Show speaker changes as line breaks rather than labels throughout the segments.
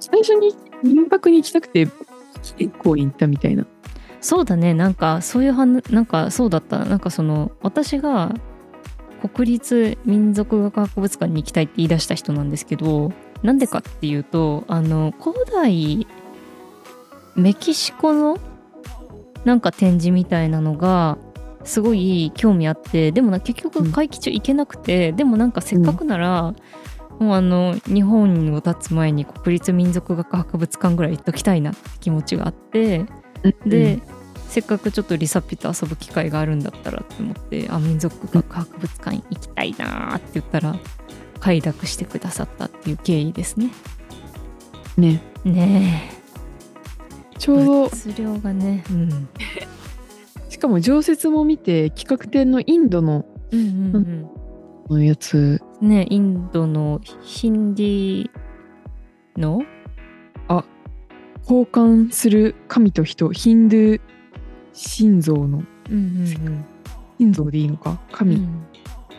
最初に民泊に行きたくて結構行ったみたいな。
そうだねなんかそういうはんなんかそうだったなんかその私が国立民族学博物館に行きたいって言い出した人なんですけどなんでかっていうとあの古代メキシコのなんか展示みたいなのがすごい興味あってでもな結
うん
局会期中行けなくて、でもなんかせっかくなら、もうあの日本を立つ前に国立民族学博物館ぐらい行っときたいなって気持ちがあって。で、せっかくちょっとリサピと遊ぶ機会があるんだったらって思ってあ民族学博物館行きたいなーって言ったら快諾してくださったっていう経緯ですね。
うんね
ね
ち
え
ょうど
物量がね、うん、うん
しかも常設も見て企画展のインドの
うんうん
のやつ
ねえインドのヒンディーの
交換する神と人ヒンドゥー神像の
うん
神像でいいのか
うんうん
神
うん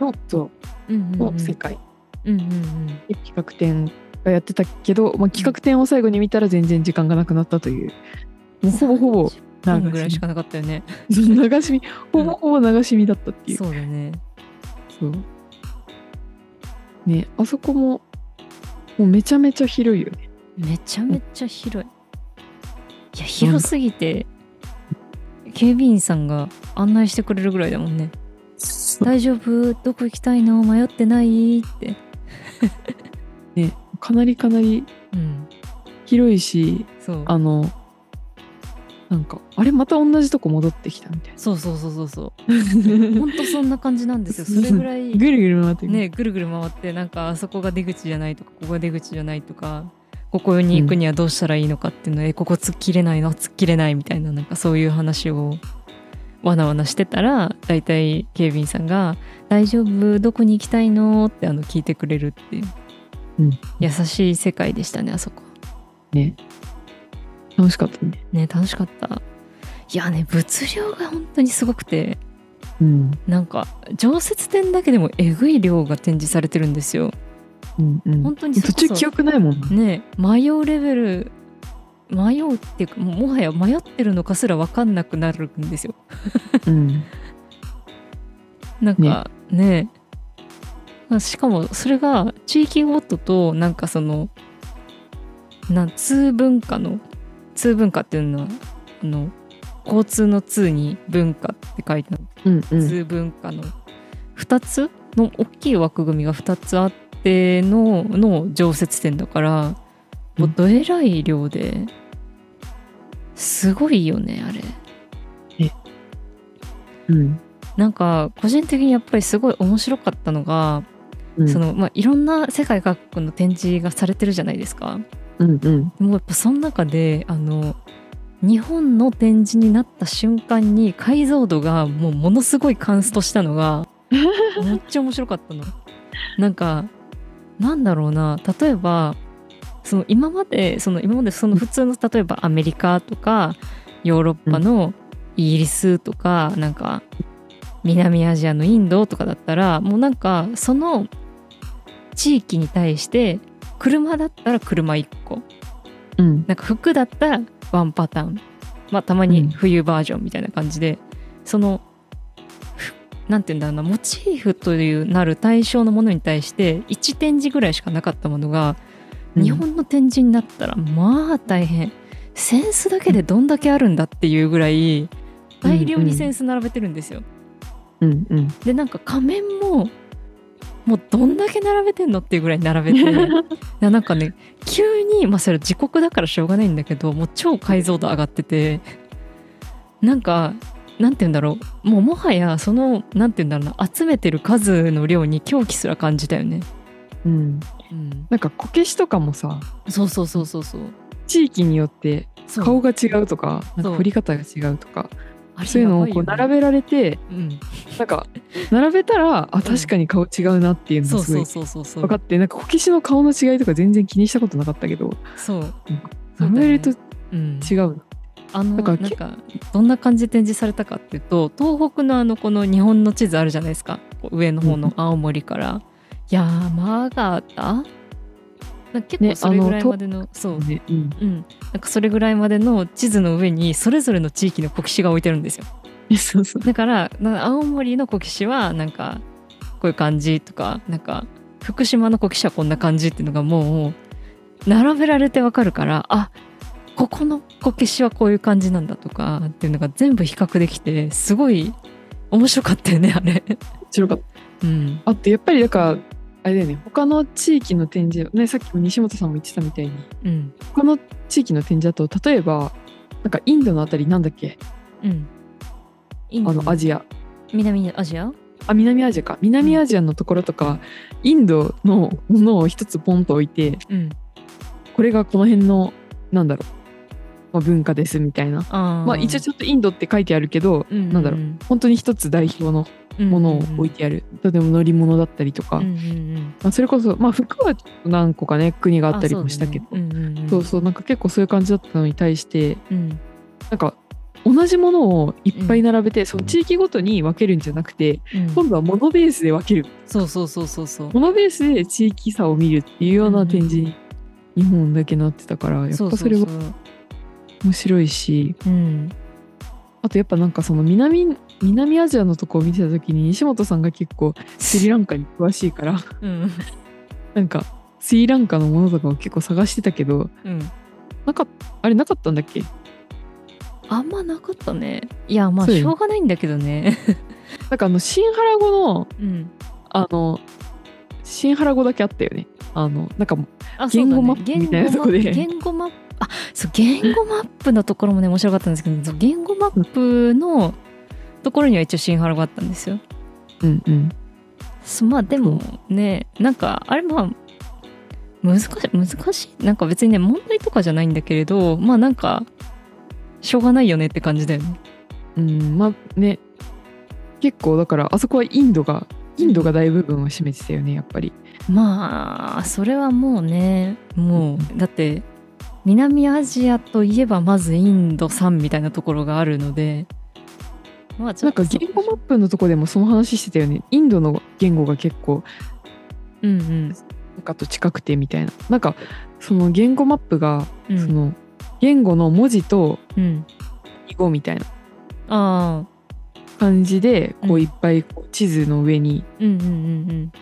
の像
うんうん
の世界っ
うんうんうん
ていう企画展がやってたけど、まあ、企画展を最後に見たら全然時間がなくなったというもうほぼほぼ
何分ぐ
流
ら
し
いし
見
かなかったよね。
そう流し 見ほぼほぼ流し見だったっていう
そうだね。
そうねあそこももうめちゃめちゃ広いよね
めちゃめちゃ広いいや広すぎて警備員さんが案内してくれるぐらいだもんね「大丈夫どこ行きたいの迷ってない?」って
ねかなりかなり
うん
広いし
そう
あのなんかあれまた同じとこ戻ってきたみたい
そうそうそうそうそう
な
ほんとそんな感じなん ですよそれぐらい
ぐるぐる回ってる
ねぐるぐる回ってなんかあそこが出口じゃないとかここが出口じゃないとかここに行くにはどうしたらいいのかっていうので、えここ突っ切れないの突っ切れないみたいななんかそういう話をわなわなしてたら大体警備員さんが「大丈夫どこに行きたいの?」ってあの聞いてくれるっていう、
うん
優しい世界でしたねあそこ
ね楽しかったね
ね楽しかったいやね物量が本当にすごくて
うん
なんか常設展だけでもえぐい量が展示されてるんですよ
うんうん
本当にそれ
途
こ
中
そ
記憶ないもん な
ねえ迷うレベル迷うっていうかもはや迷ってるのかすら分かんなくなるんですよ
うん
なんかねえしかもそれが地域ごととなんかそのなん通文化の通文化っていうのはあの交通の通に文化って書いてある
うんうん
通文化の2つの大きい枠組みが2つあってのの常設展だから
うん
もうどえらい量ですごいよねあれ
うん
なんか個人的にやっぱりすごい面白かったのが、
うん
そのまあ、いろんな世界各国の展示がされてるじゃないですか
うんうん
もうやっぱその中であの日本の展示になった瞬間に解像度がもうものすごいカンストしたのがめっちゃ面白かったの。なんかなんだろうな例えばその今までその今までその普通の例えばアメリカとかヨーロッパのイギリスとかなんか南アジアのインドとかだったらもうなんかその地域に対して車だったら車1個
うん
なんか服だったらワンパターン、まあ、たまに冬バージョンみたいな感じで、そのふなんて言うんだろうなモチーフというなる対象のものに対して1展示ぐらいしかなかったものが
うん
日本の展示になったらまあ大変センスだけでどんだけあるんだっていうぐらい大量にセンス並べてるんですよ。
うんうん
でなんか仮面ももうどんだけ並べてんのっていうぐらい並べ てななんかね急にまあそれ時刻だからしょうがないんだけどもう超解像度上がっててなんかなんて言うんだろうもうもはやそのなんて言うんだろうな集めてる数の量に狂気すら感じたよね。
うん
うん、
なんかこけしとかもさ
そうそうそうそうそう。
地域によって
そう
顔が違うとかなんか
そう
振り方が違うとか
あれ
そういうのをこう
やばいよ
並べられて
ね
なんか 並べたらあ確かに顔違うなっていう
うん、
の
そ
が
う
すご
そ
いう
そうそうそう
分かってなんかこけしの顔の違いとか全然気にしたことなかったけど
そうそうだよ
並
ね
べると違
うん
うな
あの
だ
な
か
ん
ら
か
け
どんな感じで展示されたかっていうと東北のあのこの日本の地図あるじゃないですかこう上の方の青森から山形なんか結構
ね
それぐら
あ
い
の
までのそう、
ねうん、
うん、なんかそれぐらいまでの地図の上にそれぞれの地域の国旗が置いてるんですよ
そうそう
だからな青森の国旗はなんかこういう感じとかなんか福島の国旗はこんな感じっていうのがもう並べられてわかるからあここの国旗はこういう感じなんだとかっていうのが全部比較できてすごい面白かったよねあれ。
面白かった
うん、
あとやっぱりだからあれだよね他の地域の展示ねさっきも西本さんも言ってたみたいに
うん、
他の地域の展示だと例えばなんかインドのあたりなんだっけ
うん。インド
あのアジア
南アジア
あ南アジアか南アジアのところとか、インドのものを一つポンと置いて
うん。
これがこの辺のなんだろう、まあ、文化ですみたいな
あ
まあ一応ちょっとインドって書いてあるけど
応
なんだろう本当に一つ代表の
う
ものを置いてある、例えば乗り物だったりとか、
たうんうんうん、
まあ、それこそ、まあ、服は何個かね国があったりもしたけど
あそうだねうんうんうん、
そうそうなんか結構そういう感じだったのに対して
うん
なんか同じものをいっぱい並べて、その地域ごとに分けるんじゃなくて
うん
今度はモノベースで分ける
そうそうそうそうそう
モノベースで地域差を見るっていうような展示に日本だけなってたからや
そ
っ
う
ぱ
そう
それは
そう
面白いし
うん
あとやっぱなんかその南南アジアのとこを見てた時に西本さんが結構スリランカに詳しいから
うん
なんかスリランカのものとかを結構探してたけど
うん
なかっあれなかったんだっけ
あんまなかったねいやまあ
そうよ
しょうがないんだけどね
なんかあのシンハラ語の
うん
あの、新原語だけあったよね。あの、なんか、
あそうだね
言語マップみたいなとこで
言語マップあそう言語マップのところもね面白かったんですけどそう言語マップのところには一応新原があったんですよ
うんうん。
そうまあでもねなんかあれまあ難しい難しいなんか別にね問題とかじゃないんだけれどまあなんかしょうがないよねって感じだよね
うん、まあね、結構だから、あそこはインドが、インドが大部分を占めてたよね、やっぱり。
まあそれはもうねもうだって南アジアといえばまずインドさんみたいなところがあるのでまあち
なん
ょっ
か
と
言語マップのとこでもその話してたよね。インドの言語が結構、
うんうん
なんかと近くてみたいな。なんか、その言語マップが、
うん
その、言語の文字と
うん
囲語みたいな
ああ
感じで、こ
う
う、
ん
いっぱいこう地図の上に、
うんうんうん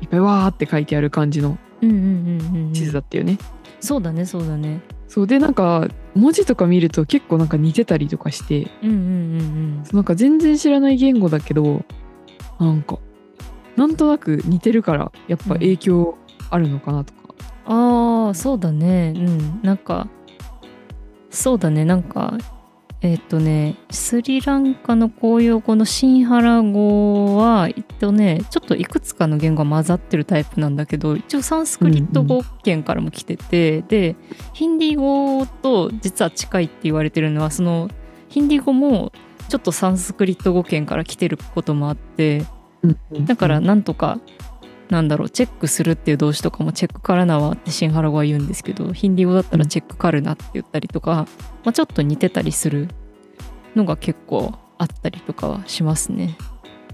いっぱいわーって書いてある感じの
うんうんうんうんうん
地図だったよね。
そうだねそうだね
そうでなんか文字とか見ると結構なんか似てたりとかして
うんうんうん
なんか全然知らない言語だけどなんかなんとなく似てるからやっぱ影響あるのかなとか、
うんああそうだねうんなんかそうだねなんかえっとねスリランカの公用語のシンハラ語はえっとねちょっといくつかの言語が混ざってるタイプなんだけど一応サンスクリット語圏からも来てて、でヒンディー語と実は近いって言われてるのはそのヒンディー語もちょっとサンスクリット語圏から来てることもあってだからなんとか、なんだろうチェックするっていう動詞とかもチェックカルナワってシンハラ語は言うんですけどヒンディー語だったらチェックカルナって言ったりとか、まあ、ちょっと似てたりするのが結構あったりとかはしますね。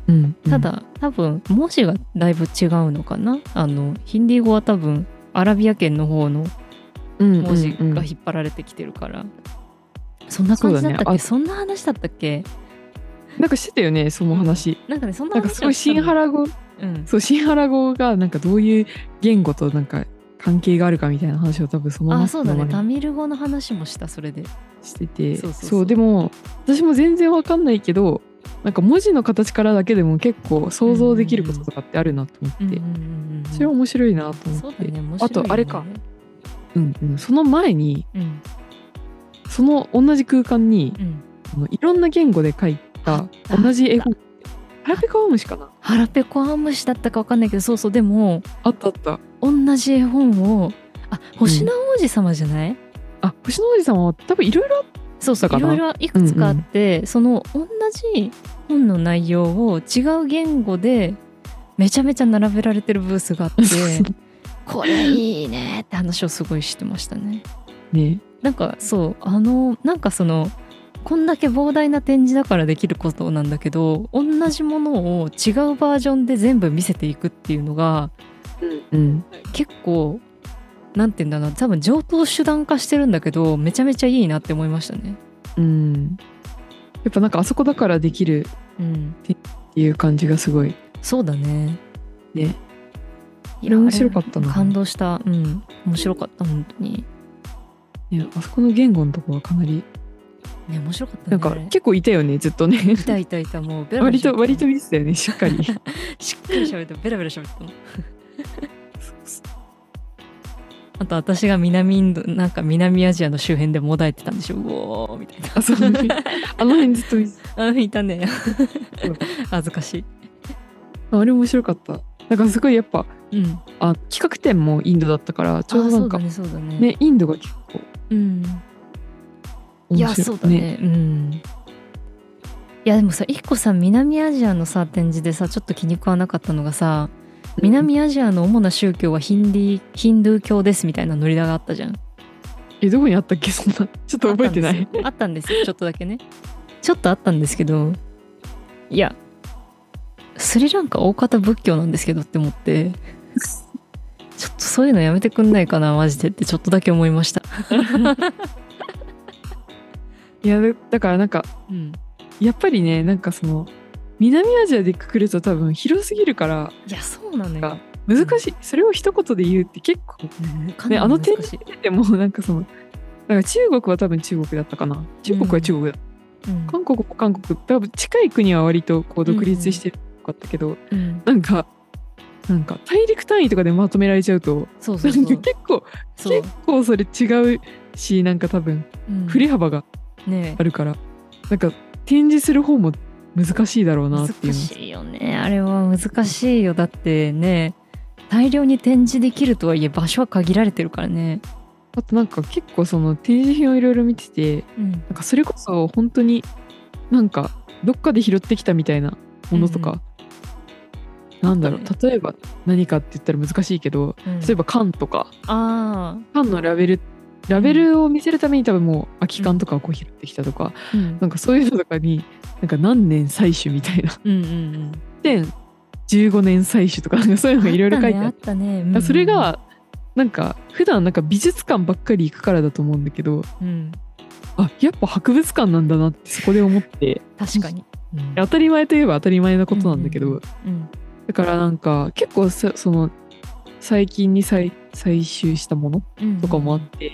うん
ただ多分文字がだいぶ違うのかなあのヒンディー語は多分アラビア圏の方の文
文
字が引っ張られてきてるから、そんな感じだったっけ
そうだ
そ,、
ねあ
んな話だったっけ
なんかしてたよねその話、
なんかねそんな
な
話
んかすごいシンハ
ラ、
ラ語
うん、
そうシンハラ語がなんかどういう言語となんか関係があるかみたいな話を多分そのま
あ
ま
そうだね
ま
タ
ま
ミル語の話もしたそれで
してて
そ
そうう
そうそう
でも私も全然わかんないけどなんか文字の形からだけでも結構想像できることとかってあるなと思って、それは面白いなと思
そう
っ
だ
て
ね面白
あ
いよね
とあれか、うんうん、その前に
うん
その同じ空間に
うん、
あのいろんな言語で書い
あ
た
った
同じ絵本ハラペカオウムシかな
腹ペコアムシだったかわかんないけどそうそうでも
あったあった
同じ絵本をあ星の王子様じゃない、
あ星の王子様は多分いろいろあっ
そうそう
だ
い
か
ろ
ら
いろいくつかあって、その同じ本の内容を違う言語でめちゃめちゃ並べられてるブースがあ ってこれいいねって話をすごいしてましたね。
た ね
なんかそうあのなんかそのこんだけ膨大な展示だからできることなんだけど同じものを違うバージョンで全部見せていくっていうのが
うん
結構なんて言うんだろうな多分上等手段化してるんだけどめちゃめちゃいいなって思いましたね。
うん、やっぱなんかあそこだからできる
うん、
っていう感じがすごい
そうだね。
ね
い
いや面白かった
あれ
な
は感動した。うん、面白かった本当に。
ねあそこの言語のとこはかなり
ね面白かったね。
なんか
あれ
結構いたよねずっ とね
いたいたいたもうベラ
割
ベラ喋って
と割と見てたよねしっか り
しっかり喋ってベラベラ喋ってたもんあと私が南インドなんか南アジアの周辺でもだえてたんでしょうおーみたいな
あそうねあの辺ずっと見て
あいたね
そう
恥ずかした
あれ面白かったなんかすごいやっぱ
いうん
あ企画展もインドだったからちょうどなんか
あ
ね
ーそうだねそうだね
インドが結構
うんい
面
や
白
そうだねうんいやでもさ一個さ南アジアのさ展示でさちょっと気に食わなかったのがさ南アジアの主な宗教はヒンディヒンドゥー教ですみたいなノリだがあったじゃん
えどこにあったっけ そんなちょっと覚えてない
あったんですよあったんですよちょっとだけねちょっとあったんですけどいやスリランカ大方仏教なんですけどって思ってちょっとそういうのやめてくんないかなマジでってちょっとだけ思いました
いやだだからなんか
うん
やっぱりねなんかその南アジアでくくると多分広すぎるから
いやそうなの
なん
よ
か難しいそれを一言で言うって結構
か
ね
な
あ
り
の
難し
展
い
示でもなんかそのなんか中国は多分中国だったかな中国は中国だ、
うん
韓国も韓国多分近い国は割とこう独立してるかったけど、
うん
なんかなんか大陸単位とかでまとめられちゃうと
そうそ
な
うんそ
か
う
結構
そう
結構それ違うしなんか多分
うん
振れ幅が
ね
あるから、なんか展示する方も難しいだろうなっていうの
難しいよねあれは難しいよだってね大量に展示できるとはいえ場所は限られてるからね
あとなんか結構その展示品をいろいろ見てて
うん
なんかそれこそ本当になんかどっかで拾ってきたみたいなものとか、なんだろう
あっ
例えば何かって言ったら難しいけど
うん
例えば缶とか
あ
缶のラベルラベルを見せるために多分もう空き缶とかをこう拾ってきたとか、
あうん
なんかそういうのとかになんか何年採取みたいな
うんうんうん
15年採取とかなんかそういうのがいろいろ書いてあ
あ
っ
ってたねあったねうん
それがなんか普段なんか美術館ばっかり行くからだと思うんだけど
うん
あやっぱ博物館なんだなってそこで思って
確かに、うん
当たり前といえば当たり前なことなんだけど、
うんうん
だからなんか結構そその最近に採採集したもの
うん
とかもあって、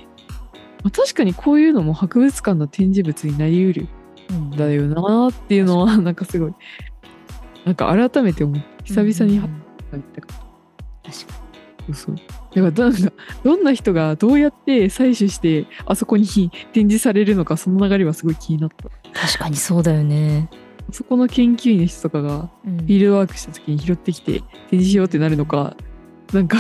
まあ、確かにこういうのも博物館の展示物になりうる
うん
んだよなっていうのはなんかすごいなんか改めて思って久々に
うん
博物
うん
館行ったから、
確か
そうそうだからなんかどんな人がどうやって採取してあそこに展示されるのかその流れはすごい気になった
に確かにそうだよね、
あそこの研究員の人とかが
うん
フィールドワークした時に拾ってきて展示しようってなるのか、なんか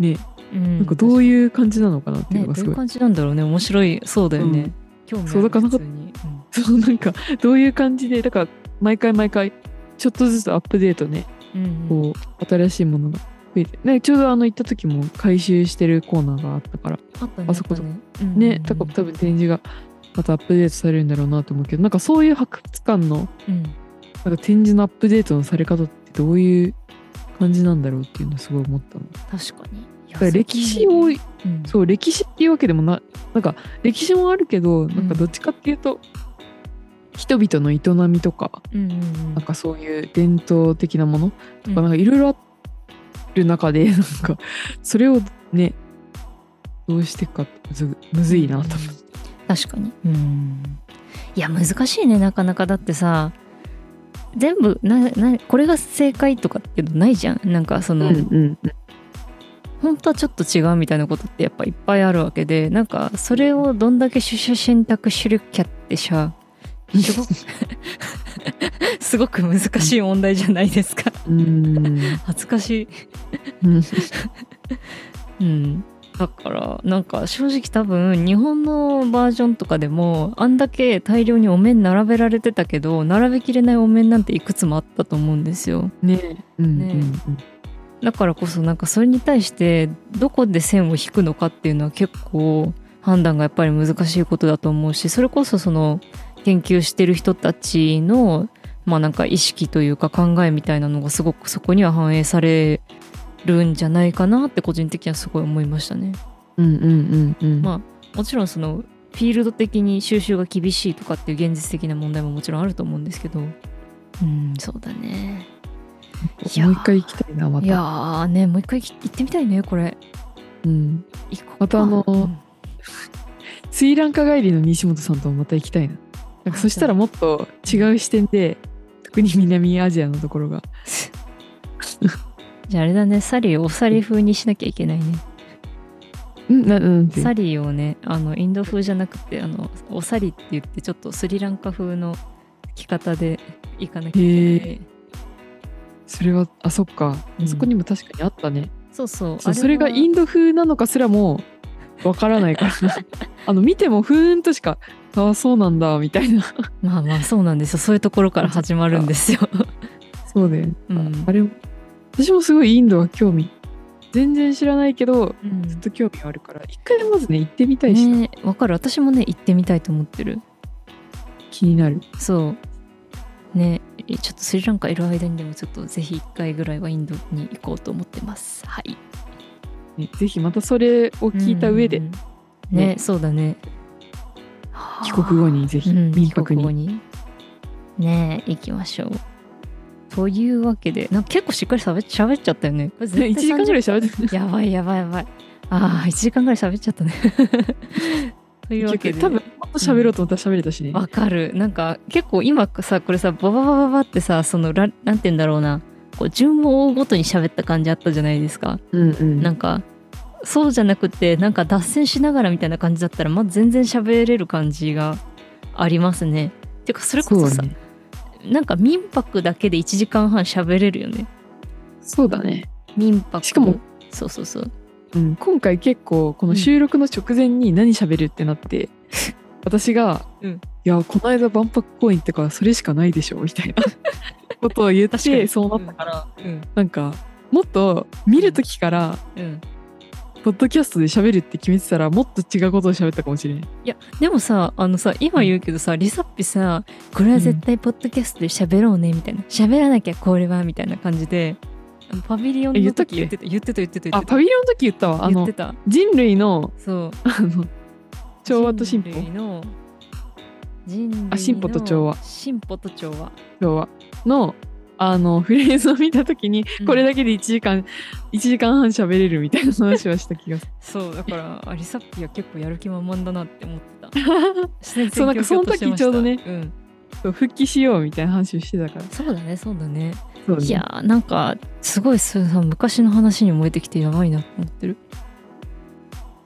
ね
うん
なんかどういう感じなのかなっていうの
ね
が
どう
す
い
ご
う
い、
感じなんだろうね面白いそうだよね、
うん
興味ある
そうだからなんか
普通に、うん
そうなんかどういう感じでだから毎回毎回ちょっとずつアップデートね
うんうん
こう新しいものが増えて、ね、ちょうどあの行った時も回収してるコーナーがあったから
あったね
あそこ
あ
と
った
か
ねうんうん
ねだから多分展示がまたアップデートされるんだろうなと思うけどなんかそういう博物館の
うん
なんか展示のアップデートのされ方ってどういう感じなんだろうっていうのをすごい思ったの。だ
確かにいや
から歴史を
そうね
そう歴史っていうわけでもななんか歴史もあるけどなんかどっちかっていうと、人々の営みとか
うんうんうん
なんかそういう伝統的なものと
う
か
ん
なんかいろいろある中でなんかそれをねどうしていくかってむずむずいなと思って
確かにうんいや難しいねなかなかだってさ全部ななこれが正解とかっていうのないじゃんなんかその、
うん
本当はちょっと違うみたいなことってやっぱいっぱいあるわけでなんかそれをどんだけ取捨選択しるきゃって さすごく すごく難しい問題じゃないですか
うん
恥ずかしい
うん
うん、だからなんか正直多分日本のバージョンとかでもあんだけ大量にお面並べられてたけど並べきれないお面なんていくつもあったと思うんですよ
ねうんうんうん
だからこそなんかそれに対してどこで線を引くのかっていうのは結構判断がやっぱり難しいことだと思うしそれこそその研究してる人たちのまあなんか意識というか考えみたいなのがすごくそこには反映されるんじゃないかなって個人的にはすごい思いましたね。
うんうんうんうん。
まもちろんそのフィールド的に収集が厳しいとかっていう現実的な問題ももちろんあると思うんですけどうんそうだねいや
もう一回行きたいなま
いや
た。
ーねもう一回行ってみたいねこれ
うん。
行こうか
またあの
うん
スリランカ帰りの西本さんともまた行きたいな。なんかそしたらもっと違う視点で特に南アジアのところが。
じゃああれだねサリーをおサリ風にしなきゃいけないね
うんななんていう
サリーをねあのインド風じゃなくてあのおサリって言ってちょっとスリランカ風の着方で行かなきゃいけないね、
それはあそっか、
うん
そこにも確かにあったね
そうそう
そう
あは
それがインド風なのかすらもわからない からあの見てもふーんとしかああそうなんだみたいな
まあまあそうなんですよそういうところから始まる んですよ
そうで、
うん
あれも私もすごいインドは興味全然知らないけどずっと興味あるから一回まずね行ってみたいし、
ねわかる私もね行ってみたいと思ってる
気になる
そうねちょっとスリランカいる間にでもちょっとぜひ1回ぐらいはインドに行こうと思ってますはい
ねぜひまたそれを聞いた上で
うんね
ね
そうだね
帰国後にぜひ
うん
民泊に、
帰国後にね行きましょうというわけでなんか結構しっかりしゃべっちゃったよねこれ絶対
1時間ぐらい
30
喋ってる
やばいやばいやばいあー1時間ぐらい喋っちゃっ たねというわけで
多分もっと喋ろうと思ったら喋れたしね、
わかるなんか結構今さこれさバババババってさそのらなんて言うんだろうなこう順を追うごとに喋った感じあったじゃないですか、
うんうん
なんかそうじゃなくてなんか脱線しながらみたいな感じだったらまあ全然喋れる感じがありますねてかそれこそ
そうだ
さ
ね
なんか民泊だけで1時間半喋れるよね
そうだね
民泊
しかも
そうそうそう
うん、今回結構この収録の直前に何喋るってな って、私が「
うん
いやこの間万博公園行ってからそれしかないでしょ」みたい なことを言っ
確か
て
に
そうなったから、
うん
なんかもっと見る時から
うん
ポッドキャストで喋るって決めてたらもっと違うことを喋ったかもしれない。
いやでもさあのさ今言うけどさ、リサッピさこれは絶対ポッドキャストで喋ろうねみたいな喋らなきゃこれはみたいな感じであのパビリオン
え言
の
ったっ
時
け
言ってた言ってた言ってた言
あ
ってた
パビリオンの時言ったわあ
言っ
の
てた
人類の
そう
あの調和と進歩
人類の人類の
あ進歩と調和
進歩と調和
今日はのあのフレーズを見た時に、
うん
これだけで1時間1時間半喋れるみたいな話はした気がする。
そうだからあリサッピは結構やる気満々だなって思って た
そうなんかその時ちょうどね
うん
そう復帰しようみたいな話をしてたから
そうだねそうだね
そう
いやーなんかすごいそうさ昔の話に燃えてきてやばいなって思ってる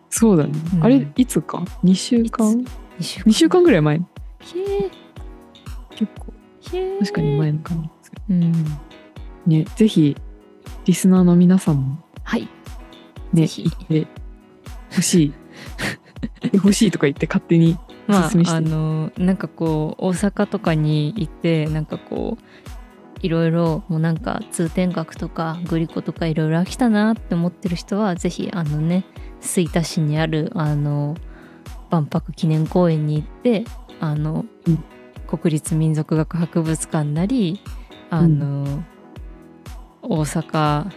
そうだね、
うん
あれいつか2週
い
間
2週
2週間ぐらい前
へえ
結構
へえ
確かに前の感じですけど
うん
ねぜひリスナーの皆さんも
はいぜ
ね
ひ
行ってほし い行ってほしいとか言って勝手に
ま
お
あ
すすめして
あのなんかこう大阪とかに行ってなんかこういろいろもうなんか通天閣とかグリコとかいろいろ飽きたなって思ってる人はぜひあのね吹田市にあるあの万博記念公園に行ってあの、
うん
国立民族学博物館なりあの、大阪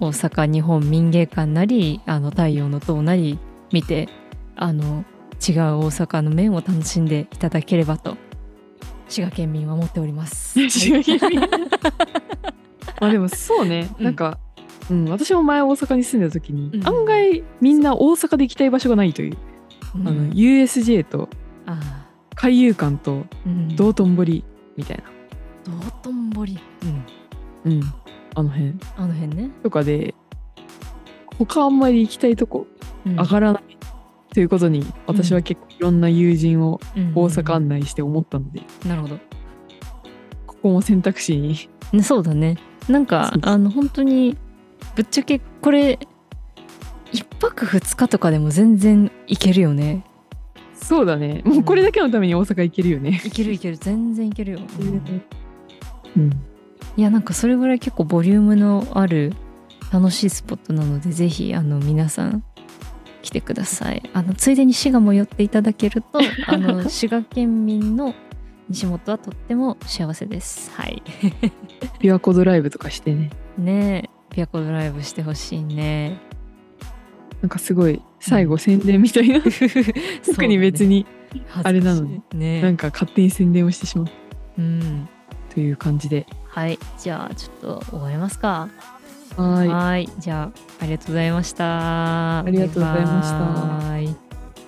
大阪日本民芸館なりあの太陽の塔なり見てあの違う大阪の面を楽しんでいただければと滋賀県民は思っております。
刺激的まあでもそうね、
うん
なんか、うん、私も前大阪に住んでた時に、
うん
案外みんな大阪で行きたい場所がないという、
うん
あの USJ と
あ
海遊館と
ーうん
道頓堀みたいな、
道頓堀、うん、
うん、あの辺
あの辺ね、
とかで他あんまり行きたいとこ
うん
上がらない、ということに私は結構いろんな友人を
うん
大阪案内して思ったので、
なるほど
ここも選択肢に
ね、そうだねなんか
そうそう
あの本当にぶっちゃけこれ一泊二日とかでも全然いけるよね
そうだねもうこれだけのために大阪行けるよね、
いけるいける全然いけるよ、
うん
いやなんかそれぐらい結構ボリュームのある楽しいスポットなのでぜひあの皆さん来てくださいあのついでに滋賀も寄っていただけ るとあの滋賀県民の西本はとっても幸せですはい
琵琶湖ドライブとかしてね
ねピアコドライブしてほしいね。
なんかすごい最後宣伝みたい な、特に別にあれなのに
ね。
なんか勝手に宣伝をしてしまう
うん。
という感じで
はい。じゃあちょっと終わりますか。
はい
じゃあありがとうございました。
ありがとうございました
バイバ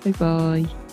イ
バイバイ。